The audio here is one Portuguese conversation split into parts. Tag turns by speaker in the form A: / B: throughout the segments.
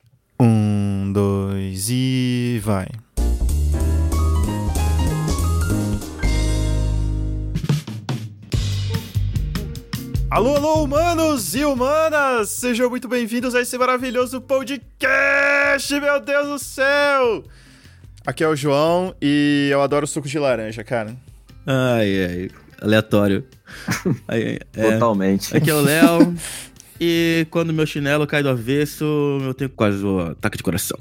A: 2 Um, e vai. Alô, alô, humanos e humanas! Sejam muito bem-vindos a esse maravilhoso podcast, meu Deus do céu! Aqui é o João e eu adoro suco de laranja, cara.
B: Ai, ai, aleatório. Ai, ai, é.
C: Totalmente.
B: Aqui é o Léo. e quando meu chinelo cai do avesso, eu tenho quase um ataque de coração.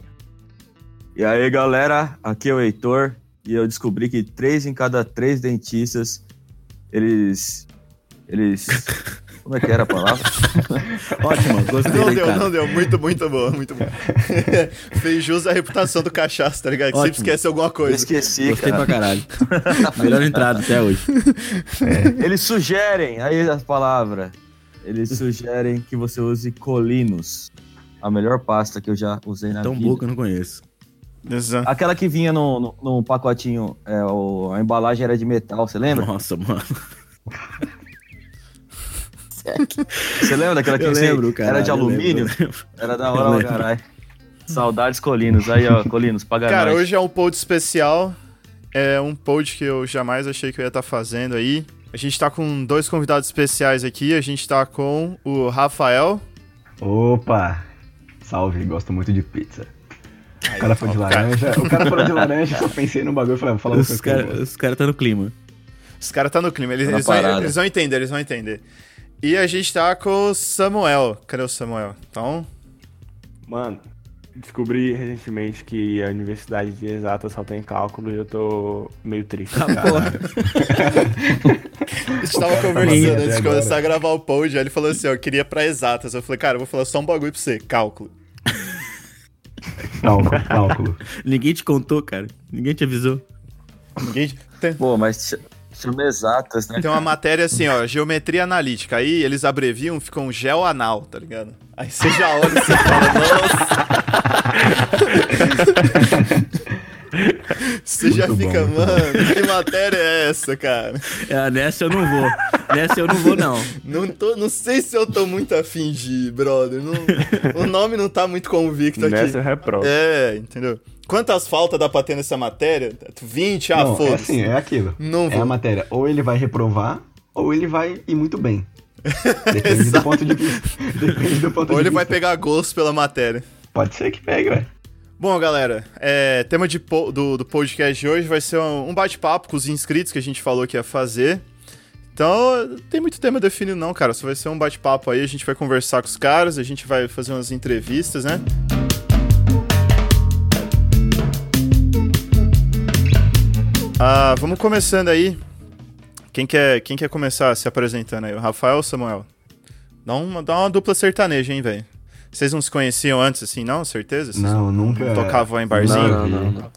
C: E aí, galera, aqui é o Heitor e eu descobri que três em cada três dentistas, eles... Eles... Como é que era a palavra?
B: Ótimo, gostei.
A: Não
B: hein,
A: deu,
B: cara.
A: não deu. Muito, muito boa, muito boa. Fez jus à reputação do cachaço, tá ligado? Que sempre
B: Ótimo.
A: esquece alguma
C: Eu
A: coisa.
C: esqueci,
B: Gostei
C: cara.
B: pra caralho. Melhor entrada até hoje.
C: Eles sugerem, aí a palavra. Eles sugerem que você use colinos. A melhor pasta que eu já usei na
B: Tão
C: É vida.
B: boa que eu não conheço.
A: Exato.
C: Aquela que vinha num no, no, pacotinho, é, o- a embalagem era de metal, você lembra?
B: Nossa, mano.
C: Você lembra daquela que
B: Eu
C: você-
B: lembro, cara.
C: era de alumínio? Era da hora pra caralho. Saudades Colinos. Aí, ó, Colinos, paga
A: Cara,
C: nós.
A: hoje é um pod especial. É um pod que eu jamais achei que eu ia estar fazendo aí. A gente tá com dois convidados especiais aqui. A gente tá com o Rafael.
D: Opa! Salve, gosto muito de pizza. O cara foi de
A: ó,
D: laranja. O cara falou de laranja, eu só pensei no bagulho e falei, "Ah, fala
B: Os
D: vocês que eu
B: caras
D: gosto.
B: os cara tá no clima.
A: Os caras tá no clima, eles,
C: Tá na
A: eles vão,
C: parada.
A: eles vão entender, eles vão entender. E a gente tá com o Samuel. Cadê o Samuel? Então,
E: Mano, descobri recentemente que a universidade de exata só tem cálculo e eu tô meio triste.
A: Ah, a gente tava conversando antes
C: tá
D: mandando até
A: de
D: agora.
A: começar a gravar o pod. Aí ele falou assim: ó, eu queria pra exatas. Eu falei, cara, eu vou falar só um bagulho pra você: cálculo.
D: Cálculo, cálculo.
B: Ninguém te contou, cara. Ninguém te avisou.
A: Ninguém. Tem,
C: Pô, mas ch- chama exatas, né?
A: Tem uma matéria assim, ó, geometria analítica. Aí eles abreviam, ficam gel anal, tá ligado? Aí você já olha e você fala, nossa. Você já
D: Muito bom,
A: fica,
D: muito
A: mano, que matéria é essa, cara?
B: É, nessa eu não vou. Nessa eu não vou, não.
A: Não, tô, não sei se eu tô muito afim de ir, brother. Não- o nome não tá muito convicto aqui.
E: Nessa eu reprovo.
A: É, entendeu? Quantas faltas dá pra ter nessa matéria? 20? Ah,
D: Não, é
A: foda-se.
D: assim, é aquilo.
A: Não
D: É
A: vou.
D: a matéria. Ou ele vai reprovar, ou ele vai ir muito bem. Depende do ponto de vista. Depende do ponto
A: Ou
D: de
A: ele vai
D: vista.
A: pegar gosto pela matéria.
D: Pode ser que pegue, velho.
A: Bom, galera, é, tema de po- do, do podcast de hoje vai ser um, um bate-papo com os inscritos que a gente falou que ia fazer. Então, não tem muito tema definido não, cara. Só vai ser um bate-papo aí, a gente vai conversar com os caras, a gente vai fazer umas entrevistas, né? Ah, vamos começando aí. Quem quer, quem quer começar se apresentando aí? O Rafael ou o Samuel? Dá uma, dá uma dupla sertaneja, hein, velho? Vocês não se conheciam antes, assim, não? Certeza? Vocês
D: Não, nunca.
A: Tocava em barzinho?
D: É. Não, não, não.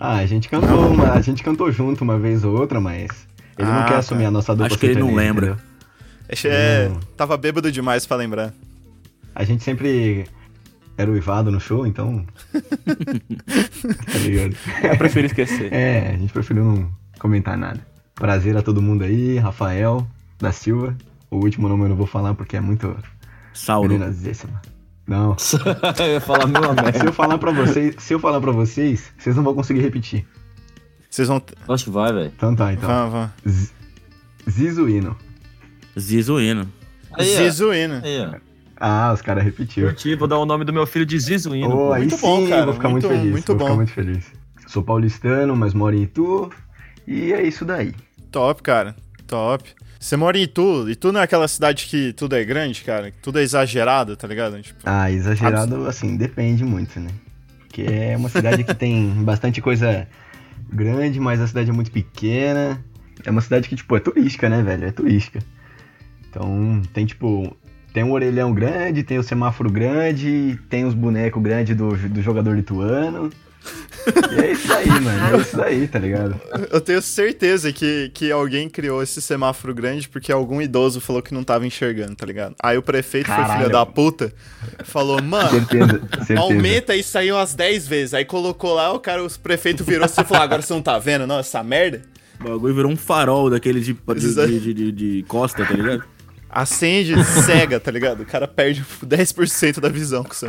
D: Ah, a gente cantou uma. A gente cantou junto uma vez ou outra, mas. Ele
A: Ah,
D: não
A: tá.
D: quer assumir a nossa dupla
B: Acho que ele não
D: sertaneja,
B: lembra.
D: entendeu?
A: Acho- É,
D: Não.
A: tava bêbado demais pra lembrar.
D: A gente sempre era uivado no show, então. tá ligado?
E: Eu prefiro esquecer.
D: É, a gente preferiu não comentar nada. Prazer a todo mundo aí, Rafael da Silva. O último nome eu não vou falar porque é muito É
B: Sauron.
D: venenosíssima. Não.
C: eu ia falar meu
D: Se
C: merda.
B: é.
D: eu falar pra vocês, se eu falar para vocês, vocês não vão conseguir repetir.
A: Vocês vão.
C: Acho que vai, velho.
D: Então tá,
B: Ah.
D: então.
A: Vão, vão.
D: Z- Zizuíno.
B: Zizuíno.
C: Aí, ó.
A: Zizuíno.
C: Aí, ó.
D: Ah, os caras repetiu.
C: Curti, vou dar o nome do meu filho de Zizuíno.
D: Oh, aí
A: Muito
D: sim,
A: bom, cara.
D: vou ficar muito,
A: Muito-
D: feliz.
A: muito
D: vou
A: bom.
D: ficar muito feliz. Sou paulistano, mas moro em Itu. E é isso daí.
A: Top, cara. Top. Você mora em Itu. Itu não é aquela cidade que tudo é grande, cara. que Tudo é exagerado, tá ligado? Tipo,
D: Ah, exagerado, assim, depende muito, né? Porque é uma cidade que tem bastante coisa grande, mas a cidade é muito pequena. É uma cidade que, tipo, é turística, né, velho? É turística. Então, tem, tipo, tem um orelhão grande, tem o semáforo grande, tem os bonecos grandes do, do jogador lituano. E é isso aí, mano. É isso aí, tá ligado?
A: eu tenho certeza que, que alguém criou esse semáforo grande porque algum idoso falou que não tava enxergando, tá ligado? Aí o prefeito foi
D: Caralho.
A: filho da puta, falou, mano.
D: Certeza, certeza.
A: Aumenta isso aí umas 10 vezes. Aí colocou lá, o cara, os prefeitos virou e falou: "Ah, agora você não tá vendo, não, essa merda?
B: O bagulho virou um farol daquele de, de, de- de- de costa, tá ligado?
A: Acende, cega, tá ligado? O cara perde 10% da visão com isso.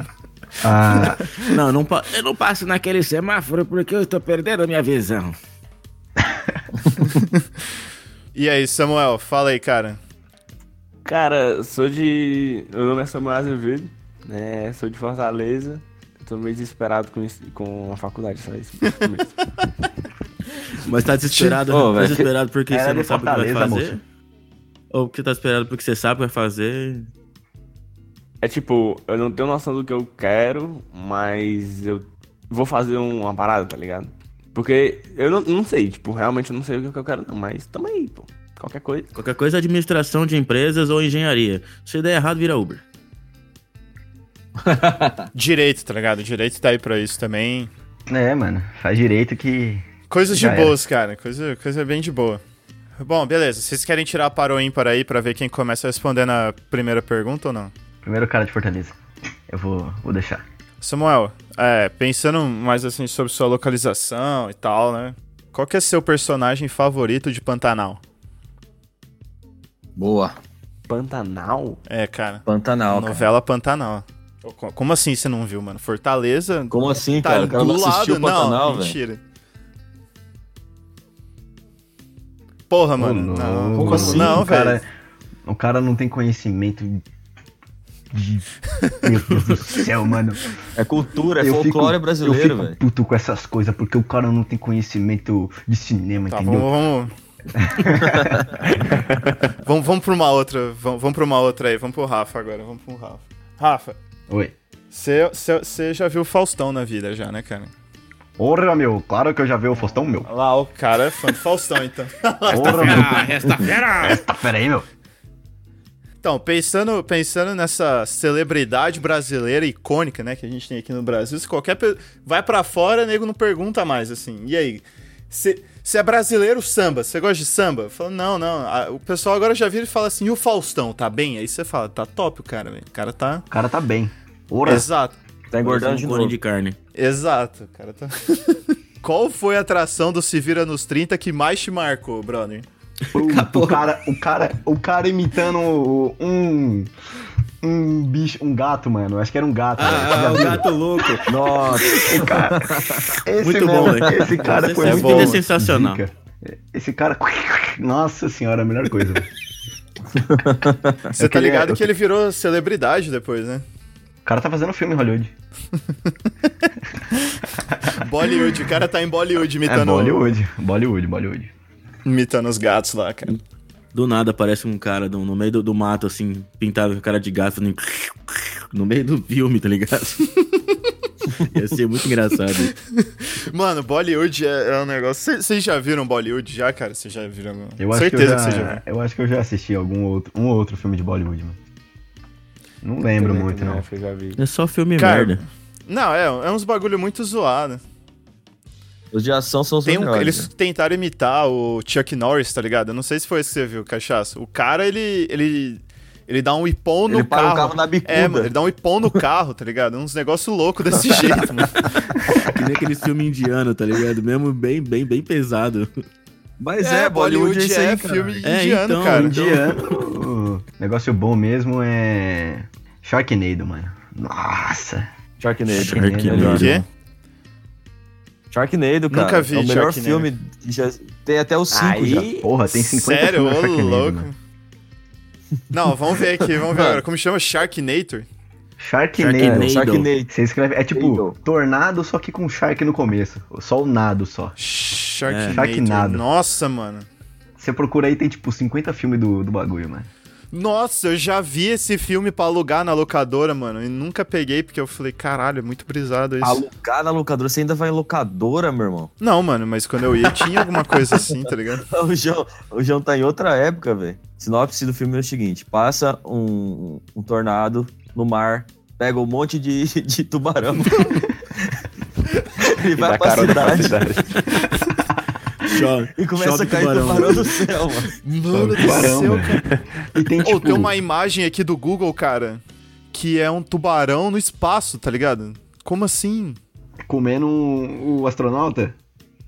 D: Ah,
B: Não, não pa- eu não passo naquele semáforo porque eu estou perdendo a minha visão.
A: E aí, Samuel, fala aí, cara.
E: Cara, sou de. Meu nome é Samuel Azevedo, né? Sou de Fortaleza. Tô meio desesperado com, isso- com a faculdade, só isso mesmo.
B: Mas tá desesperado,
C: Ô,
B: tá
C: velho,
B: desesperado porque
D: era
B: você não
D: de
B: sabe o que vai
D: Fortaleza,
B: fazer? Ou porque tá desesperado porque você sabe o que vai fazer?
E: É tipo, eu não tenho noção do que eu quero, mas eu vou fazer um- uma parada, tá ligado? Porque eu não, não sei, tipo, realmente eu não sei o que eu quero, não, mas tamo aí, pô. Qualquer coisa.
B: Qualquer coisa, é administração de empresas ou engenharia. Se der errado, vira Uber.
A: Direito, tá ligado? Direito tá aí pra isso também.
D: é, mano. Faz direito que.
A: Coisas de
D: Já era.
A: boas, cara. Coisa, coisa bem de boa. Bom, beleza. Vocês querem tirar para ou ímpar aí pra ver quem começa respondendo a primeira pergunta ou não?
D: Primeiro cara de Fortaleza. Eu vou, vou deixar.
A: Samuel, é, pensando mais assim sobre sua localização e tal, né? Qual que é seu personagem favorito de Pantanal?
C: Boa.
E: Pantanal?
A: É, cara.
C: Pantanal, cara.
A: novela Pantanal. Co- Como assim você não viu, mano? Fortaleza
C: Como assim,
A: tá
C: cara? O cara
A: do
C: não
A: lado,
C: assistiu o
A: não.
C: Pantanal, velho.
A: Mentira. Porra, mano.
D: Ô,
A: Não,
D: louco,
A: como assim, não,
D: o cara,
A: velho.
D: o cara não tem conhecimento de. Meu Deus do céu, mano.
C: É cultura, é
D: Eu fico-
C: folclore brasileiro,
D: Eu
C: velho.
D: fico puto com essas coisas, porque o cara não tem conhecimento de cinema,
A: Tá, vamos.
D: entendeu?
A: Vamos, vamos, vamos pra uma outra. Vamos, vamos pra uma outra aí. Vamos pro Rafa agora. Vamos pro Rafa. Rafa,
D: Oi.
A: você- você você já viu o Faustão na vida, já, né, cara?
D: Porra, meu, claro que eu já vi o Faustão, meu.
A: Olha lá, o cara é fã do Faustão, então.
D: Porra, meu.
B: resta fera!
D: Tá, pera aí, meu.
A: Então, pensando, pensando nessa celebridade brasileira icônica, né, que a gente tem aqui no Brasil, se qualquer pe- vai pra fora, nego não pergunta mais, assim. E aí? Você é brasileiro, samba, você gosta de samba? Fala, não, não. Ah, o pessoal agora já vira e fala assim, e o Faustão, tá bem? Aí você fala, tá top o cara, velho. O cara tá.
D: O cara tá bem. Porra.
A: Exato.
C: Tá engordando de
B: um cone
C: novo.
B: de carne.
A: Exato, o cara tá. Qual foi a atração do Se Vira nos 30 que mais te marcou, brother?
D: O, o cara, o cara, o cara imitando o- um um bicho, um gato, mano. Acho que era um gato. velho. Você já
B: Ah, o
D: viu?
B: gato louco.
C: Nossa,
D: Esse cara. Esse
B: Muito
D: mesmo,
B: bom, velho.
D: Esse cara
B: Esse
D: foi
A: é
D: muito
A: bom.
D: bom.
A: Ele é
B: sensacional.
D: Esse cara. Nossa senhora, a melhor coisa. velho.
A: Você tá
D: Eu queria-
A: ligado
D: eu-
A: que ele virou celebridade depois, né?
D: O cara tá fazendo filme em Hollywood.
A: Bollywood, o cara tá em Bollywood
D: É,
A: imitando,
D: Bollywood. Bollywood, Bollywood.
A: imitando os gatos lá, cara.
B: Do nada aparece um cara do- no meio do, do mato, assim, pintado com cara de gato, no, no meio do filme, tá ligado? Ia ser muito engraçado.
A: Mano, Bollywood é, é um negócio. Vocês já viram Bollywood já, cara? Vocês já viram algum?
D: Eu acho
A: Certeza que,
D: que eu
A: vocês já
D: já,
A: viram.
D: eu acho que eu já assisti algum outro, um outro filme de Bollywood, mano. Não lembro muito, não.
E: Acho que eu já vi.
B: É só filme
A: Cara,
B: merda.
A: Não, é, é uns bagulho muito zoado.
C: os de ação são os
A: Tem um-
C: melhores.
A: eles
C: né?
A: tentaram imitar o Chuck Norris, tá ligado? Eu não sei se foi isso que você viu, cachaço. O cara, ele. ele... Ele dá um ipom no
C: Ele para
A: carro.
C: o carro na bicuda.
A: É, mano, ele dá um ipom no carro, tá ligado? Uns negócio louco desse jeito, mano.
B: Que nem aquele filme indiano, tá ligado? Mesmo bem, bem, bem pesado.
C: Mas é, Bollywood é isso aí, cara.
A: filme
B: É,
A: indiano,
B: então,
A: cara.
B: indiano.
D: Indiano.
A: é.
D: Negócio bom mesmo é. Sharknado, mano. Nossa.
C: Sharknado.
D: Sharknado.
A: O quê?
C: Sharknado, cara.
A: Nunca vi
C: É o melhor
A: Sharknado.
C: filme. que Já... Tem até os cinco já.
E: Aí,
D: Porra, tem 50
A: Sério,
D: filmes
A: ô
D: Sharknado, né? mano.
A: louco. Não, vamos ver aqui, vamos ver
C: Mano.
A: agora. Como chama? Sharknator?
D: É. Sharknado.
B: Sharknado.
C: Sharknado.
D: Você escreve. É tipo
C: Neidl.
D: tornado, só que com shark no começo. Só o nado só.
A: Sharknator.
D: Sharknado.
A: Nossa, mano.
D: Você procura aí, tem tipo 50 filmes do, do bagulho, mano.
A: Nossa, eu já vi esse filme pra alugar na locadora, mano. E nunca peguei, porque eu falei, caralho, é muito brisado isso.
C: Alugar na locadora. Você ainda vai em locadora, meu irmão.
A: Não, mano, mas quando eu ia tinha alguma coisa assim, tá ligado?
C: O João, o João tá em outra época, velho. Sinopse do filme é o seguinte: passa um, um tornado no mar, pega um monte de, de tubarão. Ele vai
E: dá
C: pra
E: carona pra
C: cidade,
B: Chove.
C: e começa
B: chove
C: a cair tubarão. do céu, mano.
A: Mano do
D: Tubarão,
A: céu,
D: mano. E tem
A: Ou
D: tipo.
A: tem uma imagem aqui do Google, cara, que é um tubarão no espaço, tá ligado? Como assim?
D: Comendo um- o astronauta?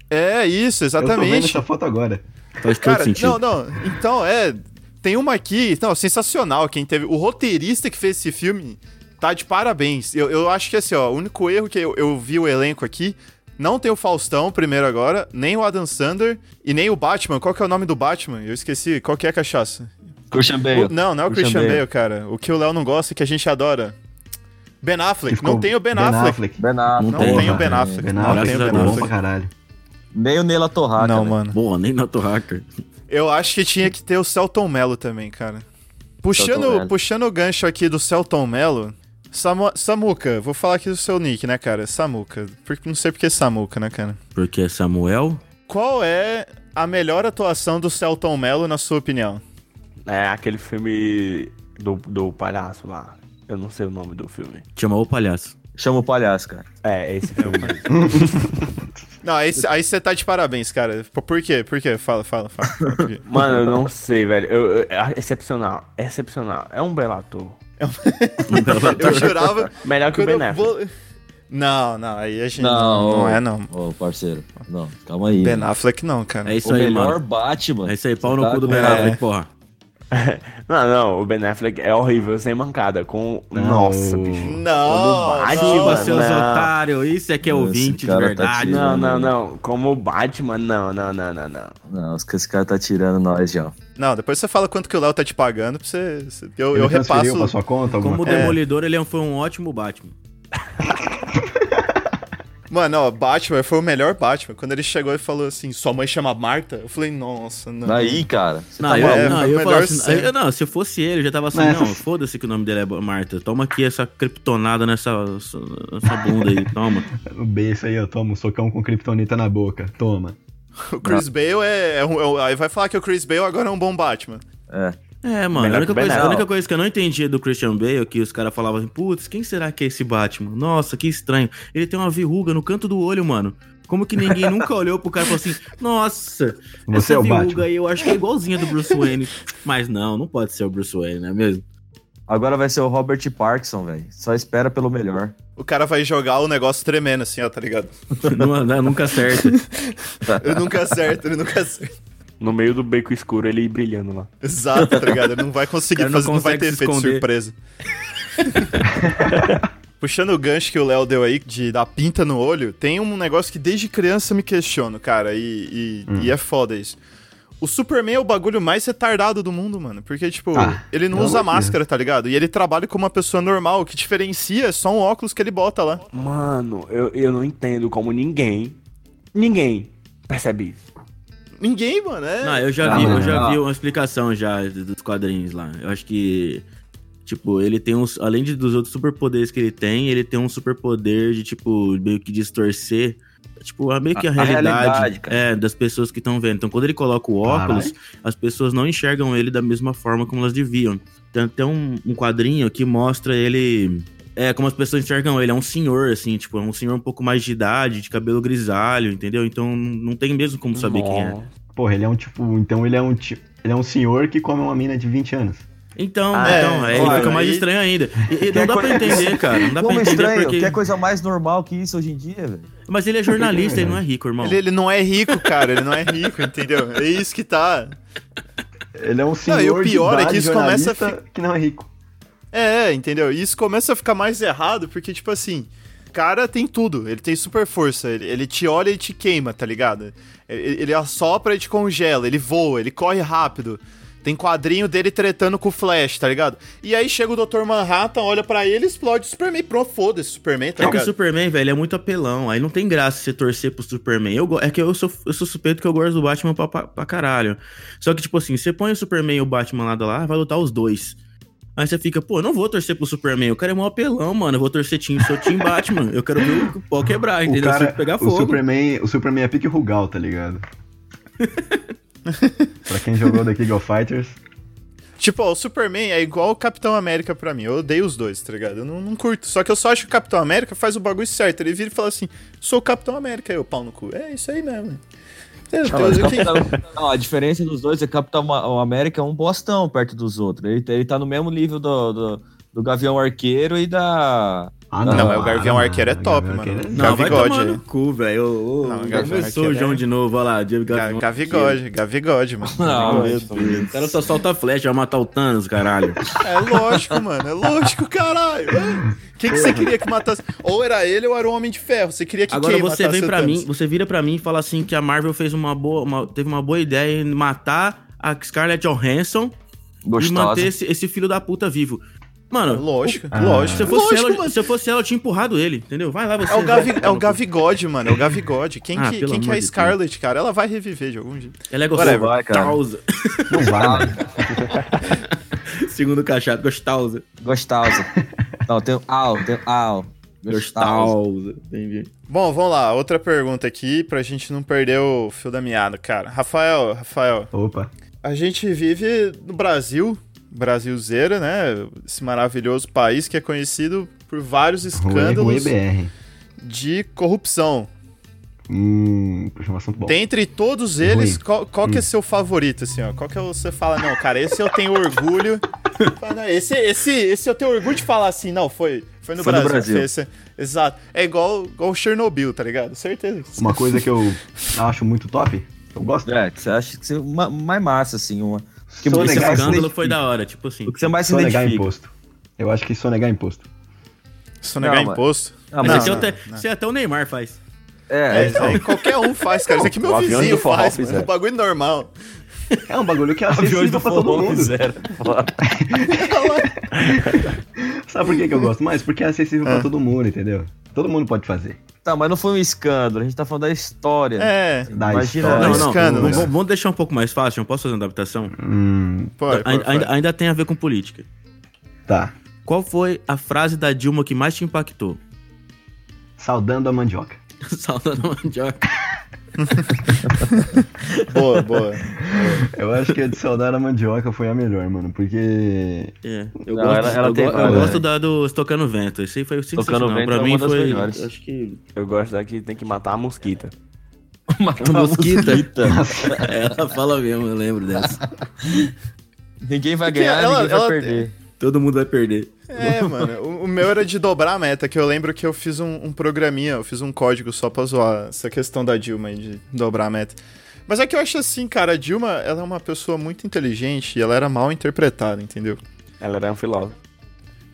A: É isso,
D: Eu tô vendo
A: exatamente.
D: essa foto agora.
B: Faz todo
A: Cara,
B: sentido.
A: não, não. Então, é. Tem uma aqui, não, sensacional. Quem teve. O roteirista que fez esse filme tá de parabéns. Eu, eu acho que assim, ó, o único erro que eu, eu vi o elenco aqui. Não tem o Faustão primeiro agora, nem o Adam Sander e nem o Batman. Qual que é o nome do Batman? Eu esqueci. Qual que é a cachaça?
C: Christian
A: O- não, não é o Christian,
C: Christian
A: Bale.
C: Bale.
A: cara. O que o Léo não gosta e que a gente adora. Ben Affleck. Não tem o Ben Affleck.
C: Ben Affleck.
A: Não
B: Porra,
A: tem o Ben Affleck.
D: Ben
A: Não tem
D: Affleck
A: o Ben
B: graças a
D: ficou
B: Deus.
D: bom pra
A: Affleck.
D: caralho.
C: Nem o Neila Torraca.
A: Não,
C: né?
A: mano.
B: Boa, nem Nato Hacker.
A: Eu acho que tinha que ter o Celton Mello também, cara.
C: Celton
A: Puxando,
C: Mello.
A: puxando o gancho aqui do Celton Mello, Samu- Samuca, vou falar aqui do seu nick, né, cara? Samuca. Por- Não sei por que Samuca, né, cara?
B: Porque é Samuel.
A: Qual é a melhor atuação do Celton Mello, na sua opinião?
E: É aquele filme do, do palhaço lá. Eu não sei o nome do filme.
B: Chama o palhaço.
C: Chama o palhaço, cara.
E: É, esse filme. mesmo.
A: Não, aí você tá de parabéns, cara. Por- Por quê? Por quê? Fala, fala, fala. fala, por quê?
E: Mano, eu não sei, velho. Eu- eu- é excepcional, é excepcional. É um belo ator.
A: Eu jurava.
E: Melhor que o
A: quando eu
E: Ben Affleck.
A: vou- Não, não, aí a gente. Não,
C: Não,
A: não é, não.
C: Ô, parceiro. Não, calma aí.
A: Ben
C: mano.
A: Affleck, não, cara.
B: É isso
C: o
B: aí,
C: melhor
B: mano.
C: Batman.
B: É isso aí, pau no
C: Tá
B: cu do
C: com-
B: Ben
A: É.
B: Affleck, porra.
E: Não, não, o Ben Affleck é horrível, sem mancada. Com. Nossa, bicho.
A: Não,
E: Como
A: não,
E: Batman,
B: Chupa, seus
E: não.
B: otários. Isso é que é
C: Esse
B: ouvinte de
C: cara tá
B: verdade.
C: tirando.
E: Não, não, não. Como o Batman, não, não, não, não, não.
C: Não, os que esse cara tá tirando nós já.
A: Não, depois você fala quanto que o Léo tá te pagando pra você. você- Eu, eu
D: Ele transferiu
A: repasso.
D: pra sua conta alguma
B: Como o
D: coisa?
B: Demolidor, ele é um- foi um ótimo Batman.
A: Mano, ó, Batman foi o melhor Batman. Quando ele chegou e falou assim: sua mãe chama Marta, eu falei, nossa, não.
C: Aí, cara. Você
B: Não,
C: tá
B: eu,
A: maluco.
B: não,
A: É,
B: eu
A: foi
B: falava
A: melhor
B: assim,
A: cena.
B: eu- não, se eu fosse ele, eu já tava assim,
D: Não,
B: não,
D: essa-
B: foda-se que o nome dele é Marta. Toma aqui essa criptonada nessa essa, essa bunda aí, toma.
D: O beijo aí, eu tomo um socão com kryptonita na boca. Toma.
A: O Chris Bale é, é um- é um- Aí vai falar que o Chris Bale agora é um bom Batman.
C: É.
B: É, mano, a
E: Melhor
B: única,
E: que o Ben
B: coisa, a
E: Affleck.
B: única coisa que eu não entendia do Christian Bale é que os caras falavam assim, putz, quem será que é esse Batman? Nossa, que estranho. Ele tem uma verruga no canto do olho, mano. Como que ninguém nunca olhou pro cara e falou assim, nossa,
D: Você
B: essa
D: é o
B: verruga
D: Batman.
B: aí eu acho que é igualzinha do Bruce Wayne. Mas não, não pode ser o Bruce Wayne, não é mesmo?
C: Agora vai ser o Robert Parkinson, velho. Só espera pelo melhor.
A: O cara vai jogar o negócio tremendo, assim, ó, tá ligado?
B: Não- não- nunca acerta.
A: Ele nunca acerta, ele nunca acerta.
E: No meio do beco escuro, ele brilhando lá.
A: Exato, tá ligado? Ele não vai conseguir
B: Ele não
A: fazer, não vai ter
B: consegue se
A: efeito
B: esconder.
A: surpresa. Puxando o gancho que o Léo deu aí, de dar pinta no olho, tem um negócio que desde criança eu me questiono, cara, e, e- e é foda isso. O Superman é o bagulho mais retardado do mundo, mano. Porque, tipo,
D: Ah,
A: ele não
D: pelo
A: usa
D: amor de
A: máscara, tá ligado? E ele trabalha como uma pessoa normal. O que diferencia é só um óculos que ele bota lá.
E: Mano, eu, eu não entendo como ninguém. Ninguém percebe isso.
A: Ninguém, mano. É...
B: Não, eu já
C: Ah,
B: vi, eu
C: mano,
B: já
C: não.
B: vi uma explicação já dos quadrinhos lá. Eu acho que tipo, ele tem uns além de, dos outros superpoderes que ele tem, ele tem um superpoder de tipo meio que distorcer Tipo, a- meio que a,
C: A- a
B: realidade,
C: realidade, cara.
B: é, das pessoas que estão vendo. Então, quando ele coloca o óculos, as pessoas não enxergam ele da mesma forma como elas deviam. Tem até um, um quadrinho que mostra ele. É, como as pessoas enxergam ele. É um senhor, assim, tipo, é um senhor um pouco mais de idade, de cabelo grisalho, entendeu? Então, não tem mesmo como saber quem é.
D: Porra, ele é um tipo. Então ele é um tipo. Ele é um senhor que come uma mina de 20 anos.
B: Então,
E: Ah,
A: é,
B: então, aí
A: claro,
B: fica mais
A: aí-
B: estranho ainda. E, e
C: Que
B: não dá pra
C: coisa-
B: entender, cara. Não dá pra
C: Como
B: entender
C: estranho,
B: porque.
C: que é coisa mais normal que isso hoje em dia, velho.
B: Mas ele é jornalista, ele não é rico, irmão.
A: Ele, ele não é rico, cara. Ele não é rico, entendeu? É isso que tá.
D: Ele é um senhor.
A: e o pior
D: de
A: é
D: idade,
A: que isso começa a
D: jornalista, que não é rico.
A: É, é, entendeu? E isso começa a ficar mais errado, porque, tipo assim, o cara tem tudo, ele tem super força, ele, ele te olha e te queima, tá ligado? Ele, ele assopra e te congela, ele voa, ele corre rápido. Tem quadrinho dele tretando com o Flash, tá ligado? E aí chega o Dr. Manhattan, olha pra ele e explode o Superman. Pronto, foda-se, Superman, tá
B: É que o
A: ligado?
B: Superman, velho, é muito apelão. Aí não tem graça você torcer pro Superman. Eu, go- é que eu sou, eu sou suspeito que eu gosto do Batman pra, pra, pra caralho. Só que, tipo assim, você põe o Superman e o Batman lado a lá, vai lutar os dois. Aí você fica, pô, eu não vou torcer pro Superman. O cara é mó apelão, mano. Eu vou torcer time, seu time Batman. Eu quero ver o pau quebrar,
D: O
B: entendeu?
D: cara.
B: Se pegar
D: o,
B: fogo.
D: Superman, o Superman é pique Rugal, tá ligado? pra quem jogou The King of Fighters.
A: Tipo, ó, o Superman é igual o Capitão América pra mim. Eu odeio os dois, tá ligado? Eu não, não curto. Só que eu só acho que o Capitão América faz o bagulho certo. Ele vira e fala assim: sou o Capitão América, aí eu pau no cu. É isso aí mesmo. Meu Deus, eu que-
C: Não, a diferença dos dois é que Capitão Ma- o América é um bostão perto dos outros. Ele, ele tá no mesmo nível do, do, do Gavião Arqueiro e da.
D: Ah,
A: Não, é o Gavião Arqueiro é top,
D: Gavião
A: mano.
D: Arqueiro
B: Não, vai
A: Gavigode,
B: tomar
A: hein?
B: no cu, velho. Ô, ô,
A: Não,
B: já
A: Gavião
B: começou
A: Arqueiro
B: o João
A: é-
B: de novo, olha lá. Diego
A: Ga-
B: Gavião.
A: Gavigode, Gavigode, mano.
E: Não, meu
B: O cara só solta flecha, vai matar o Thanos, caralho.
A: É lógico, mano. É lógico, caralho. O que, que você queria que matasse? Ou era ele ou era o Homem de Ferro. Você queria que
B: Agora
A: quem
B: você
A: matasse
B: vem
A: o
B: pra
A: Thanos?
B: mim, você vira pra mim e fala assim que a Marvel fez uma boa, uma- teve uma boa ideia em matar a Scarlett Johansson e
C: Gostosa.
B: manter esse, esse filho da puta vivo.
A: É
B: Mano,
A: Lógico,
D: Ah.
A: lógico.
B: se eu fosse
A: lógico,
B: ela, se eu fosse ela, eu tinha empurrado ele, entendeu? Vai lá você.
A: É o,
B: vai
A: Gavi,
B: tomar
A: é o
B: no cu.
A: Gavigode, mano. É o Gavigode. Quem
B: Ah,
A: que,
B: pelo
A: quem que
B: amor
A: é a
B: de
A: Scarlet, cara? Ela vai reviver de algum jeito.
B: Ela é
A: Whatever.
B: gostosa.
C: Vai, cara.
B: Tausa.
D: é Não vai, mano.
B: Segundo o Cachado, gostausa.
C: Gostosa. Não, tem um au, tem um au. Gostosa.
B: Gostausa. Entendi.
A: Bom, vamos lá. Outra pergunta aqui pra gente não perder o fio da meada, cara. Rafael, Rafael,
D: Opa.
A: a gente vive no Brasil, Brasilzeira, né? Esse maravilhoso país que é conhecido por vários
D: Rui, Rui
A: escândalos
D: BR.
A: de corrupção.
D: Hum, puxa um assunto bom.
A: Dentre todos eles,
D: Ruim.
A: qual, qual que é seu favorito, assim, ó? Qual que é o- você fala, não, cara, esse eu tenho orgulho. Fala, "Não, esse, esse, esse eu tenho orgulho de falar assim, não, foi, foi no
C: Foi no
A: Brasil.
C: Brasil.
A: foi esse." exato. É igual, igual o Chernobyl, tá ligado? Certeza.
D: Uma coisa que eu acho muito top, eu gosto.
C: É, que você acha que você é uma- mais massa, assim, uma. o Que
D: Sou
C: você
B: Esse
D: legal,
C: mais se
B: escândalo
C: identifica,
B: foi da hora, tipo assim.
C: o que você mais se
D: sonegar
C: identifica.
D: imposto. Eu acho que sonegar imposto.
A: Sonegar
C: Não, mano.
A: imposto.
C: Ah,
B: Mas
A: Não,
B: esse
A: não,
B: até, esse até o Neymar faz.
C: É,
A: É, isso aí qualquer um faz, cara. Isso aqui meu
E: O avião
A: vizinho
E: do forró
A: faz, mano. É
E: fizeram.
A: um bagulho normal.
D: É um bagulho que é
C: aviões
D: acessível
C: do
D: pra todo
C: forró
D: mundo.
C: fizeram. foda.
D: Sabe por que, que eu gosto mais? Porque é acessível
C: Ah.
D: pra todo mundo, entendeu? Todo mundo pode fazer.
C: Tá, mas não foi um escândalo, a gente tá falando da história.
A: É,
D: Da
C: Imagina,
D: história.
B: Não,
A: um
B: não,
A: escândalo,
B: vamos-
A: né?
B: vamos deixar um pouco mais fácil. Eu posso fazer uma adaptação?
D: Hum,
A: pode, pode,
B: ainda,
A: pode.
B: ainda- ainda tem a ver com política.
D: tá.
B: Qual foi a frase da Dilma que mais te impactou?
D: Saudando a mandioca.
B: Salta na mandioca.
A: Boa, boa.
D: Eu acho que a de saudar a mandioca foi a melhor, mano. Porque.
B: É, eu
C: Não,
B: gosto,
C: ela- ela
B: eu
C: tem
B: go- eu
C: várias,
B: gosto da do Estocando Vento. Esse aí foi o sensacional.
C: Vento é
B: pra
C: uma
B: mim
C: das
B: foi...
C: melhores.
B: Acho que...
E: Eu gosto daqui, tem que matar a mosquita.
B: Matou mosquita. É, ela fala mesmo, eu lembro dessa.
C: Ninguém vai
A: Porque
C: ganhar,
A: É ela-
C: ninguém
A: ela-
C: vai perder.
B: Todo mundo vai perder.
A: É, mano, o, o meu era de dobrar a meta, que eu lembro que eu fiz um, um programinha, eu fiz um código só pra zoar essa questão da Dilma aí, de dobrar a meta. Mas é que eu acho assim, cara, a Dilma, ela é uma pessoa muito inteligente e ela era mal interpretada, entendeu?
E: Ela era um filósofo.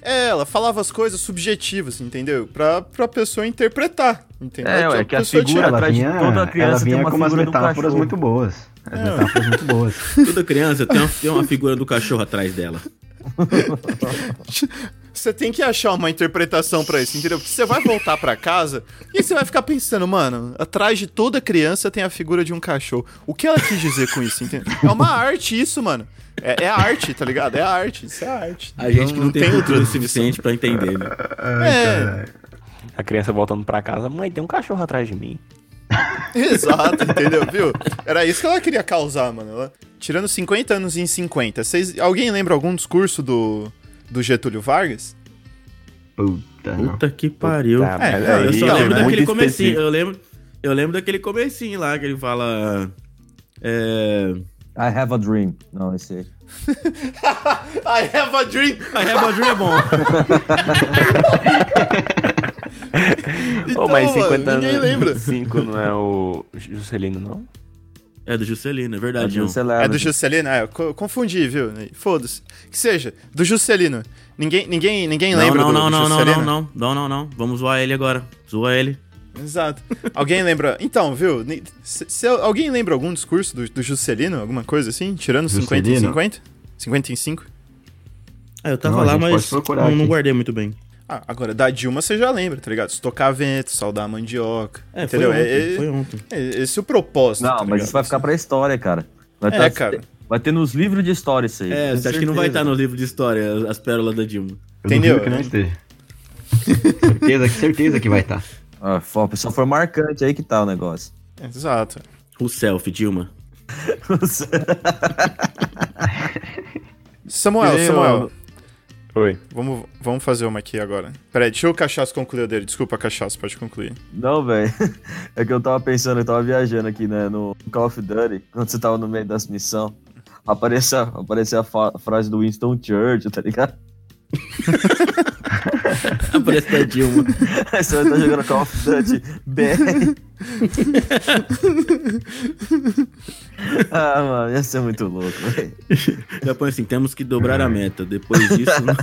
A: É, ela falava as coisas subjetivas, entendeu? Pra, pra pessoa interpretar, entendeu?
C: É, ué,
A: Então,
C: que a
A: pessoa tinha-
C: figura
D: Ela
C: atrás de
D: vinha,
C: toda criança
D: ela
C: tem
D: vinha
C: uma
D: com umas
C: figura de um
D: metáforas
C: cachorro.
D: muito boas. As metáforas muito boas.
B: Toda criança tem uma, tem uma figura do cachorro atrás dela.
A: Você tem que achar uma interpretação pra isso, entendeu? Porque você vai voltar pra casa e você vai ficar pensando, mano, atrás de toda criança tem a figura de um cachorro. O que ela quis dizer com isso, entendeu? É uma arte isso, mano. É, é arte, tá ligado? É arte, isso é arte.
B: A gente que não, tem
A: outro
B: cultura suficiente pra entender, né?
A: É,
E: A criança voltando pra casa, mãe, tem um cachorro atrás de mim.
A: exato, entendeu? Viu? Era isso que ela queria causar, mano. Ela- tirando 50 anos em 50, vocês, alguém lembra algum discurso do, do Getúlio Vargas?
D: Puta, não.
B: Puta que pariu.
E: Tá,
A: É,
E: mas
A: é,
E: aí
B: Eu só
A: Então,
B: lembro
A: né?
E: muito
B: daquele comecinho.
E: específico.
B: Eu lembro, eu lembro daquele comecinho lá que ele fala. É.
C: I have a dream. Não, esse aí.
A: I have a dream!
B: A Rebaldinho é bom.
E: Ô, mas
A: Então,
E: 50
A: mano, ninguém
E: anos.
A: lembra.
E: 5 não é o Juscelino, não?
B: É do Juscelino, é verdade.
C: Adrian
B: João.
C: Celebra.
A: É do Juscelino? Ah, eu co- confundi, viu? Foda-se. Que seja, do Juscelino. Ninguém, ninguém, ninguém
B: Não,
A: lembra
B: não,
A: do,
B: não,
A: do
B: não, não,
A: Juscelino?
B: não, não, não, não, não. Vamos zoar ele agora. Zoa ele.
A: Exato. Alguém lembra... Então, viu? Ni- Se, se alguém lembra algum discurso do, do Juscelino? Alguma coisa assim? Tirando 50 em
D: Juscelino?
A: 50? 55?
B: Ah, eu tava
D: Não, a
B: lá,
D: gente
B: mas
D: pode procurar
B: não, não
D: aqui.
B: guardei muito bem.
A: Ah, agora, da Dilma você já lembra, tá ligado? Estocar vento, saudar a mandioca.
B: É, foi
A: entendeu?
B: ontem,
A: É- é-
B: foi ontem.
A: é- esse é o propósito.
C: Não,
A: tá
C: mas
A: ligado?
C: isso vai ficar pra história, cara. Vai
A: É,
C: tá-
A: cara.
C: Vai ter nos livros de história isso aí.
B: É, você acha que não vai estar
C: no.
B: no livro de história as- as pérolas da Dilma.
D: Eu
A: Entendeu?
D: duvido que não esteja. certeza, certeza que vai tá. estar.
C: Ah, foi- só foi marcante aí que tá o negócio.
A: Exato.
B: O selfie, Dilma.
A: Samuel,
C: Que nem
A: Samuel.
C: o-
E: Oi.
A: Vamos, vamos fazer uma aqui agora. Peraí, deixa o Cachaço concluir o dele. Desculpa, Cachaço, pode concluir.
C: Não, velho. É que eu tava pensando, eu tava viajando aqui, né, no Call of Duty, quando você tava no meio das missões. Apareceu, apareceu a fa- frase do Winston Churchill, tá ligado?
B: Parece da Dilma.
C: Você tá jogando Call of Duty BR. ah, mano, ia ser muito louco, velho.
B: Já põe assim, temos que dobrar a meta. Depois disso... não-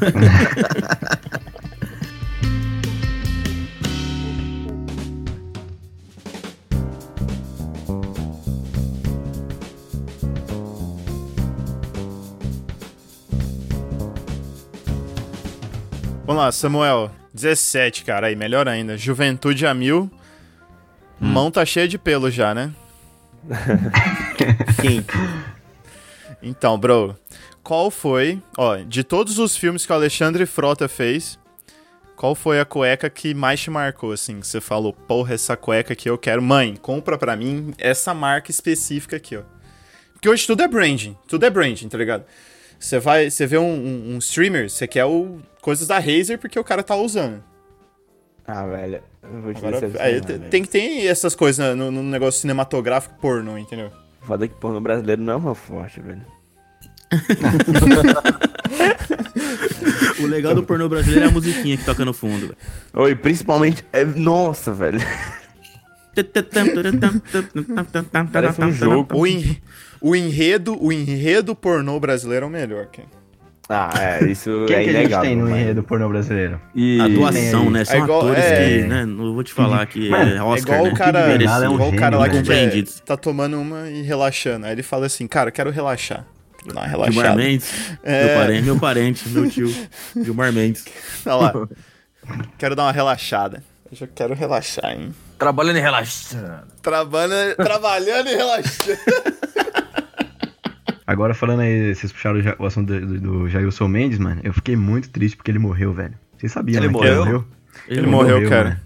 A: Vamos lá, Samuel. 17, cara. Aí, melhor ainda. Juventude a mil. Mão tá cheia de pelo já, né?
B: Quem?
A: Então, bro, qual foi, ó, de todos os filmes que o Alexandre Frota fez, qual foi a cueca que mais te marcou, assim? Que você falou, porra, essa cueca que eu quero. Mãe, compra pra mim essa marca específica aqui, ó. Porque hoje tudo é branding, tudo é branding, tá ligado? Você vai, você vê um, um- um streamer, você quer o, coisas da Razer porque o cara tá usando.
E: Ah, velho. Eu vou te
A: Agora,
E: decepcionar,
A: aí, te-
E: é né, velho.
A: tem que ter essas coisas né, no, no negócio cinematográfico pornô, entendeu?
E: Foda que porno brasileiro não é uma forte, velho.
B: O legal do pornô brasileiro é a musiquinha que toca no fundo. velho.
E: Oi, principalmente. é- Nossa, velho. Parece um jogo.
A: O, en- o enredo, o enredo pornô brasileiro é o melhor, cara.
E: Ah, é, isso
D: Quem que
E: é
D: a gente
E: inegável.
D: tem no
E: mas-
D: enredo pornô brasileiro?
C: E...
B: Atuação, né? São
A: É igual-
B: atores
A: é.
B: que, né? Não vou te falar que
D: Mano,
B: é Oscar,
A: é igual
B: né?
A: o cara,
B: Que
D: Nada é um
A: igual o
D: gênio,
A: cara lá que
D: né?
A: quer,
B: Compreendido.
A: tá tomando uma e relaxando. Aí ele fala assim, cara, quero relaxar. Dá uma
B: Gilmar
A: relaxada.
B: Mendes,
A: É.
B: meu parente, meu parente, meu tio, Gilmar Mendes.
A: Olha lá. Quero dar uma relaxada. Eu já quero relaxar, hein?
C: Trabalhando e relaxando.
A: Trabalhando, trabalhando e relaxando.
D: Agora falando aí, vocês puxaram o ja- o assunto do, do, do Jailson Mendes, mano. Eu fiquei muito triste porque ele morreu, velho. Vocês sabiam,
C: Ele
D: né, que
C: morreu?
A: Ele morreu, cara.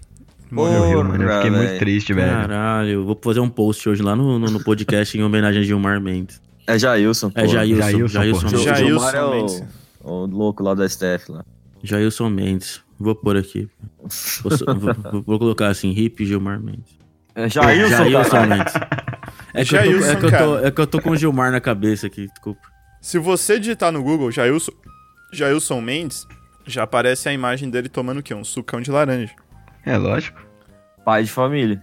D: mano. Morreu, mano. Eu
C: Porra,
D: fiquei muito
C: velho.
D: triste, velho.
B: Caralho, vou fazer um post hoje lá no, no, no podcast em homenagem a Gilmar Mendes.
C: É Jailson, pô.
B: É Jailson,
D: Jailson,
B: Jailson,
D: porra.
B: Jailson,
A: Jailson
C: Gilmar é o,
A: Mendes.
C: o louco lá da STF lá.
B: Mendes. Vou pôr aqui. Vou, so- vou- vou colocar assim, hip Gilmar Mendes.
C: É Jailson,
B: Jailson né?
C: cara.
B: Mendes. É que,
A: Jailson,
B: eu tô, é, que eu tô,
A: cara.
B: é que eu tô com o Gilmar na cabeça aqui, desculpa.
A: Se você digitar no Google Jailson, Jailson Mendes, já aparece a imagem dele tomando o quê? Um sucão de laranja.
D: É lógico.
C: Pai de família.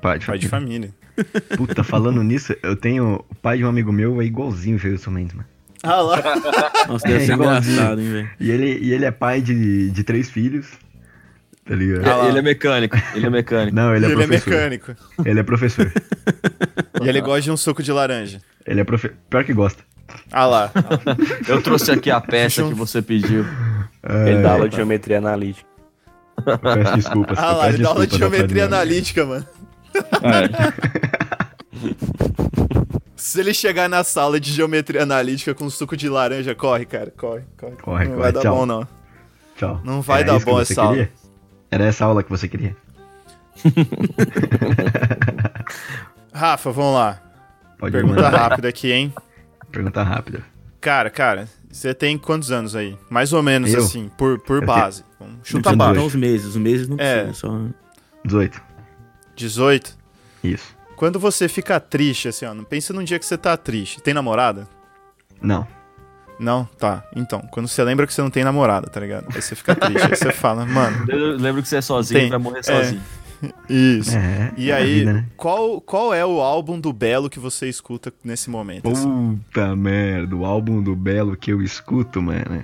D: Pai de
A: Pai de
D: família.
A: família.
D: Puta, falando nisso, eu tenho. O pai de um amigo meu é igualzinho o Jailson Mendes, mano.
A: Ah lá.
B: Nossa, deve ser
D: É Igualzinho.
B: engraçado, hein, velho.
D: E ele, e ele é pai de, de três filhos. Tá ligado?
A: Ah lá.
C: Ele é mecânico, ele é mecânico.
D: Não, ele é
A: ele é
D: professor.
A: mecânico.
D: ele é professor.
A: E ele gosta de um suco de laranja.
D: Ele é profe... Pior que gosta.
A: Ah lá.
C: Eu trouxe aqui a peça que você pediu.
E: Ele
D: É.
E: dá aula de geometria analítica.
D: Eu peço desculpas.
A: Ah
D: eu
A: lá,
D: peço
A: ele dá aula de
D: desculpas ao pai
A: geometria
D: do meu amigo.
A: analítica, mano.
D: É.
A: Se ele chegar na sala de geometria analítica com um suco de laranja, corre, cara, corre, corre.
D: Corre,
A: não
D: corre,
A: vai dar
D: tchau.
A: bom, não.
D: Tchau.
A: Não vai dar
D: isso que
A: bom
D: você
A: essa aula.
D: queria? Era essa aula que você queria?
A: Rafa, vamos lá.
D: Pode
A: Pergunta
D: mandar.
A: rápida aqui, hein?
D: Pergunta rápida.
A: Cara, cara, você tem quantos anos aí? Mais ou menos,
D: Eu?
A: assim, por, por
D: Eu
A: base. Vamos chutar
B: Não precisa botar
A: baixo.
B: Então, os meses, os meses não
A: É.
B: precisa, só...
D: 18.
A: 18.
D: Isso.
A: Quando você fica triste, assim, ó, não pensa num dia que você tá triste. Tem namorada?
D: Não.
A: Não? Tá. Então, quando você lembra que você não tem namorada, tá ligado? Aí você fica triste, aí você fala, mano,
C: Eu lembro que você é sozinho,
A: Tem.
C: vai morrer
A: É.
C: sozinho.
A: isso.
D: É.
A: E
D: é a
A: aí,
D: vida, né?
A: qual, qual é o álbum do Belo que você escuta nesse momento? assim?
B: Uh.
D: Puta merda, o álbum do Belo que eu escuto, mano.
A: é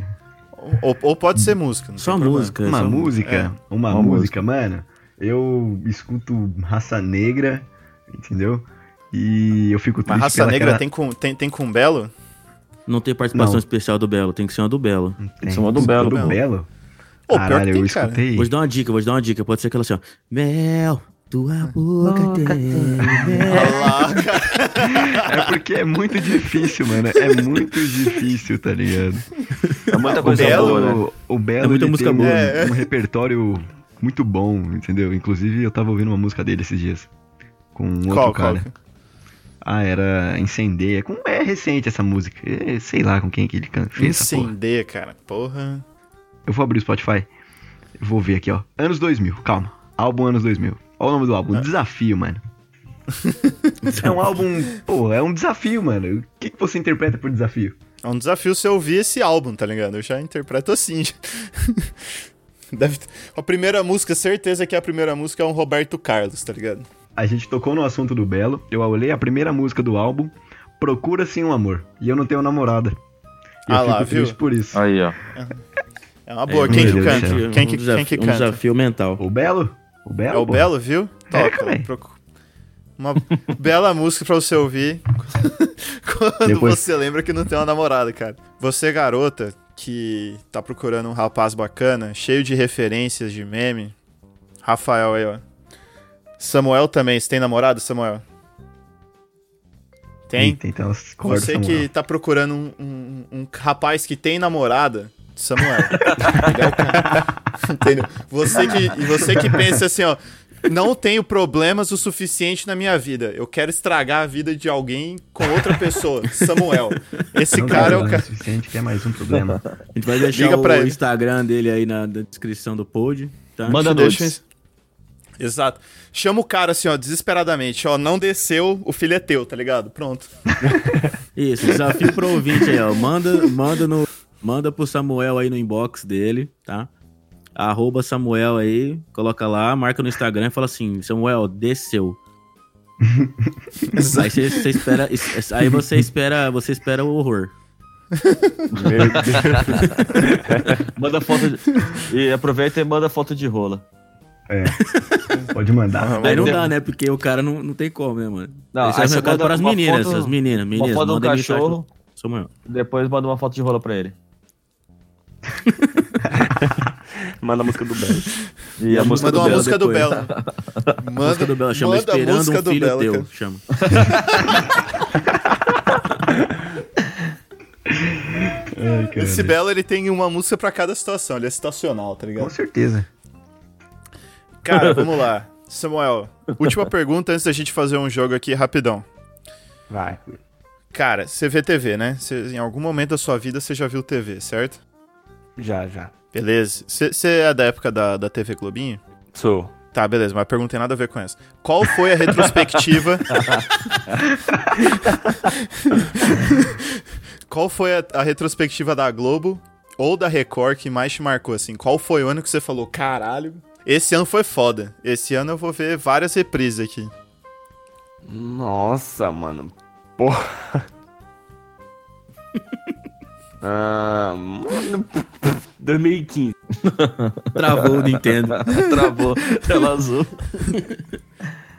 A: Ou, ou pode ser música. Não
B: Só
A: tem problema.
B: música.
D: Uma
B: só
D: música,
A: é.
D: uma,
C: Uma
D: música, mano. Eu escuto Raça Negra, entendeu? E eu fico triste
A: Mas Raça
D: pela
A: Negra
D: cara-
A: tem, com, tem, tem com Belo?
B: Não tem participação
D: Não.
B: especial do Belo, tem que ser uma do Belo.
D: Tem.
C: Samba do um Belo.
D: Do Belo?
A: Ô, pior
D: Caralho,
A: que tem,
D: eu
A: cara.
D: escutei.
B: Vou te dar uma dica, vou te dar uma dica. Pode ser aquela assim, ó. Mel, tua Ah, boca tem mel.
A: Olha lá, cara.
D: É porque é muito difícil, mano. É muito difícil, tá ligado?
C: É muita
A: O
C: coisa
A: Belo-
C: boa, né?
D: o Belo
B: É muita
D: ele
B: música
D: tem
B: boa.
D: Um, um repertório muito bom, entendeu? Inclusive, eu tava ouvindo uma música dele esses dias. Com um outro
A: Qual,
D: cara.
C: é?
A: qual?
D: Ah, era Incendeia. Com, é recente essa música. É, sei lá com quem que ele can- fez essa porra.
A: Incender, cara. Porra.
D: Eu vou abrir o Spotify. Eu vou ver aqui, ó. Anos 2000, calma. Álbum anos 2000. Olha o nome do álbum. Desafio, mano. é um álbum... Pô, é um desafio, mano. O que, que você interpreta por desafio?
A: É um desafio você ouvir esse álbum, tá ligado? Eu já interpreto assim. Deve ter- A primeira música, certeza que a primeira música é um Roberto Carlos, tá ligado?
D: A gente tocou no assunto do Belo, eu olhei a primeira música do álbum, Procura-se um Amor, e eu não tenho namorada. E eu
A: Ah lá,
D: fico triste
A: viu?
D: por isso.
C: Aí, ó.
A: É uma boa.
B: É,
A: quem que
D: meu Deus do
A: canta?
D: céu.
A: Quem que,
B: um desafio,
A: quem que
B: Um
A: canta?
B: desafio mental.
D: O Belo? O Belo?
A: É o
D: pô?
A: Belo, viu?
D: É,
A: Toca.
D: véi.
A: procu- Uma bela música pra você ouvir quando
D: Depois-
A: você lembra que não tem uma namorada, cara. Você, garota, que tá procurando um rapaz bacana, cheio de referências de meme. Rafael aí, ó. Samuel também. Você tem namorado, Samuel? Tem?
D: Eita, então, as cordas
A: Você
D: são
A: que tá procurando um, um- um rapaz que tem namorada, Samuel. Entendeu? Você que, e você que pensa assim, ó. Não tenho problemas o suficiente na minha vida. Eu quero estragar a vida de alguém com outra pessoa. Samuel. Esse
D: Não
A: cara é o
D: dá,
A: cara.
D: o suficiente, que é mais um problema.
B: A gente vai deixar
A: Liga
B: o
A: pra ele.
B: Instagram dele aí na, na descrição do pod. Tá?
C: Manda
A: Deixa eu-
C: nudes.
A: Exato. Chama o cara assim, ó, desesperadamente. Ó, não desceu, o filho é teu, tá ligado? Pronto.
B: Isso, desafio pro ouvinte aí, ó. Manda, manda, no, manda pro Samuel aí no inbox dele, tá? Arroba Samuel aí, coloca lá, marca no Instagram e fala assim, Samuel, desceu. aí você, você espera, aí você espera, você espera o horror.
E: Meu Deus.
C: Manda foto de... E aproveita e manda foto de rola.
D: Pode
A: Ah,
D: mandar.
B: Aí não
C: Mas- é-
B: dá, né? Porque o cara não, não tem como, né, mano?
C: Não,
B: Esse é
C: aí
B: o
C: você
B: recado
C: manda
B: para as
C: uma
B: meninas,
C: foto-
B: as meninas,
C: Uma
B: meninas,
C: foto de um
B: manda mensagem pro
C: cachorro,
B: Samuel.
C: depois manda uma foto de rola pra ele.
E: Manda a música do Belo.
C: E a música
A: Manda
C: do
A: uma
C: Belo
A: música do
C: depois.
A: Belo. Manda,
B: Música do Bela chama
A: manda a
B: Esperando
A: música
B: um
A: do
B: Filho
A: Belo,
B: Teu,
A: cara.
B: chama.
D: Ai, cara.
A: Esse Belo, ele tem uma música pra cada situação. Ele é situacional, tá ligado?
D: Com certeza.
A: Cara, vamos lá. Samuel, última pergunta antes da gente fazer um jogo aqui rapidão.
E: Vai.
A: Cara, você vê TV, né? Você- em algum momento da sua vida você já viu TV, certo?
E: Já, já.
A: Beleza. Você você é da época da, da TV Globinho?
E: Sou.
A: Tá, beleza, mas a pergunta tem nada a ver com essa. Qual foi a retrospectiva. Qual foi a, a retrospectiva da Globo ou da Record que mais te marcou, assim? Qual foi o ano que você falou, caralho? Esse ano foi foda. Esse ano eu vou ver várias reprises aqui.
E: Nossa, mano. Porra. Ah, mano. 2015.
B: Travou o Nintendo.
C: Travou, tela azul.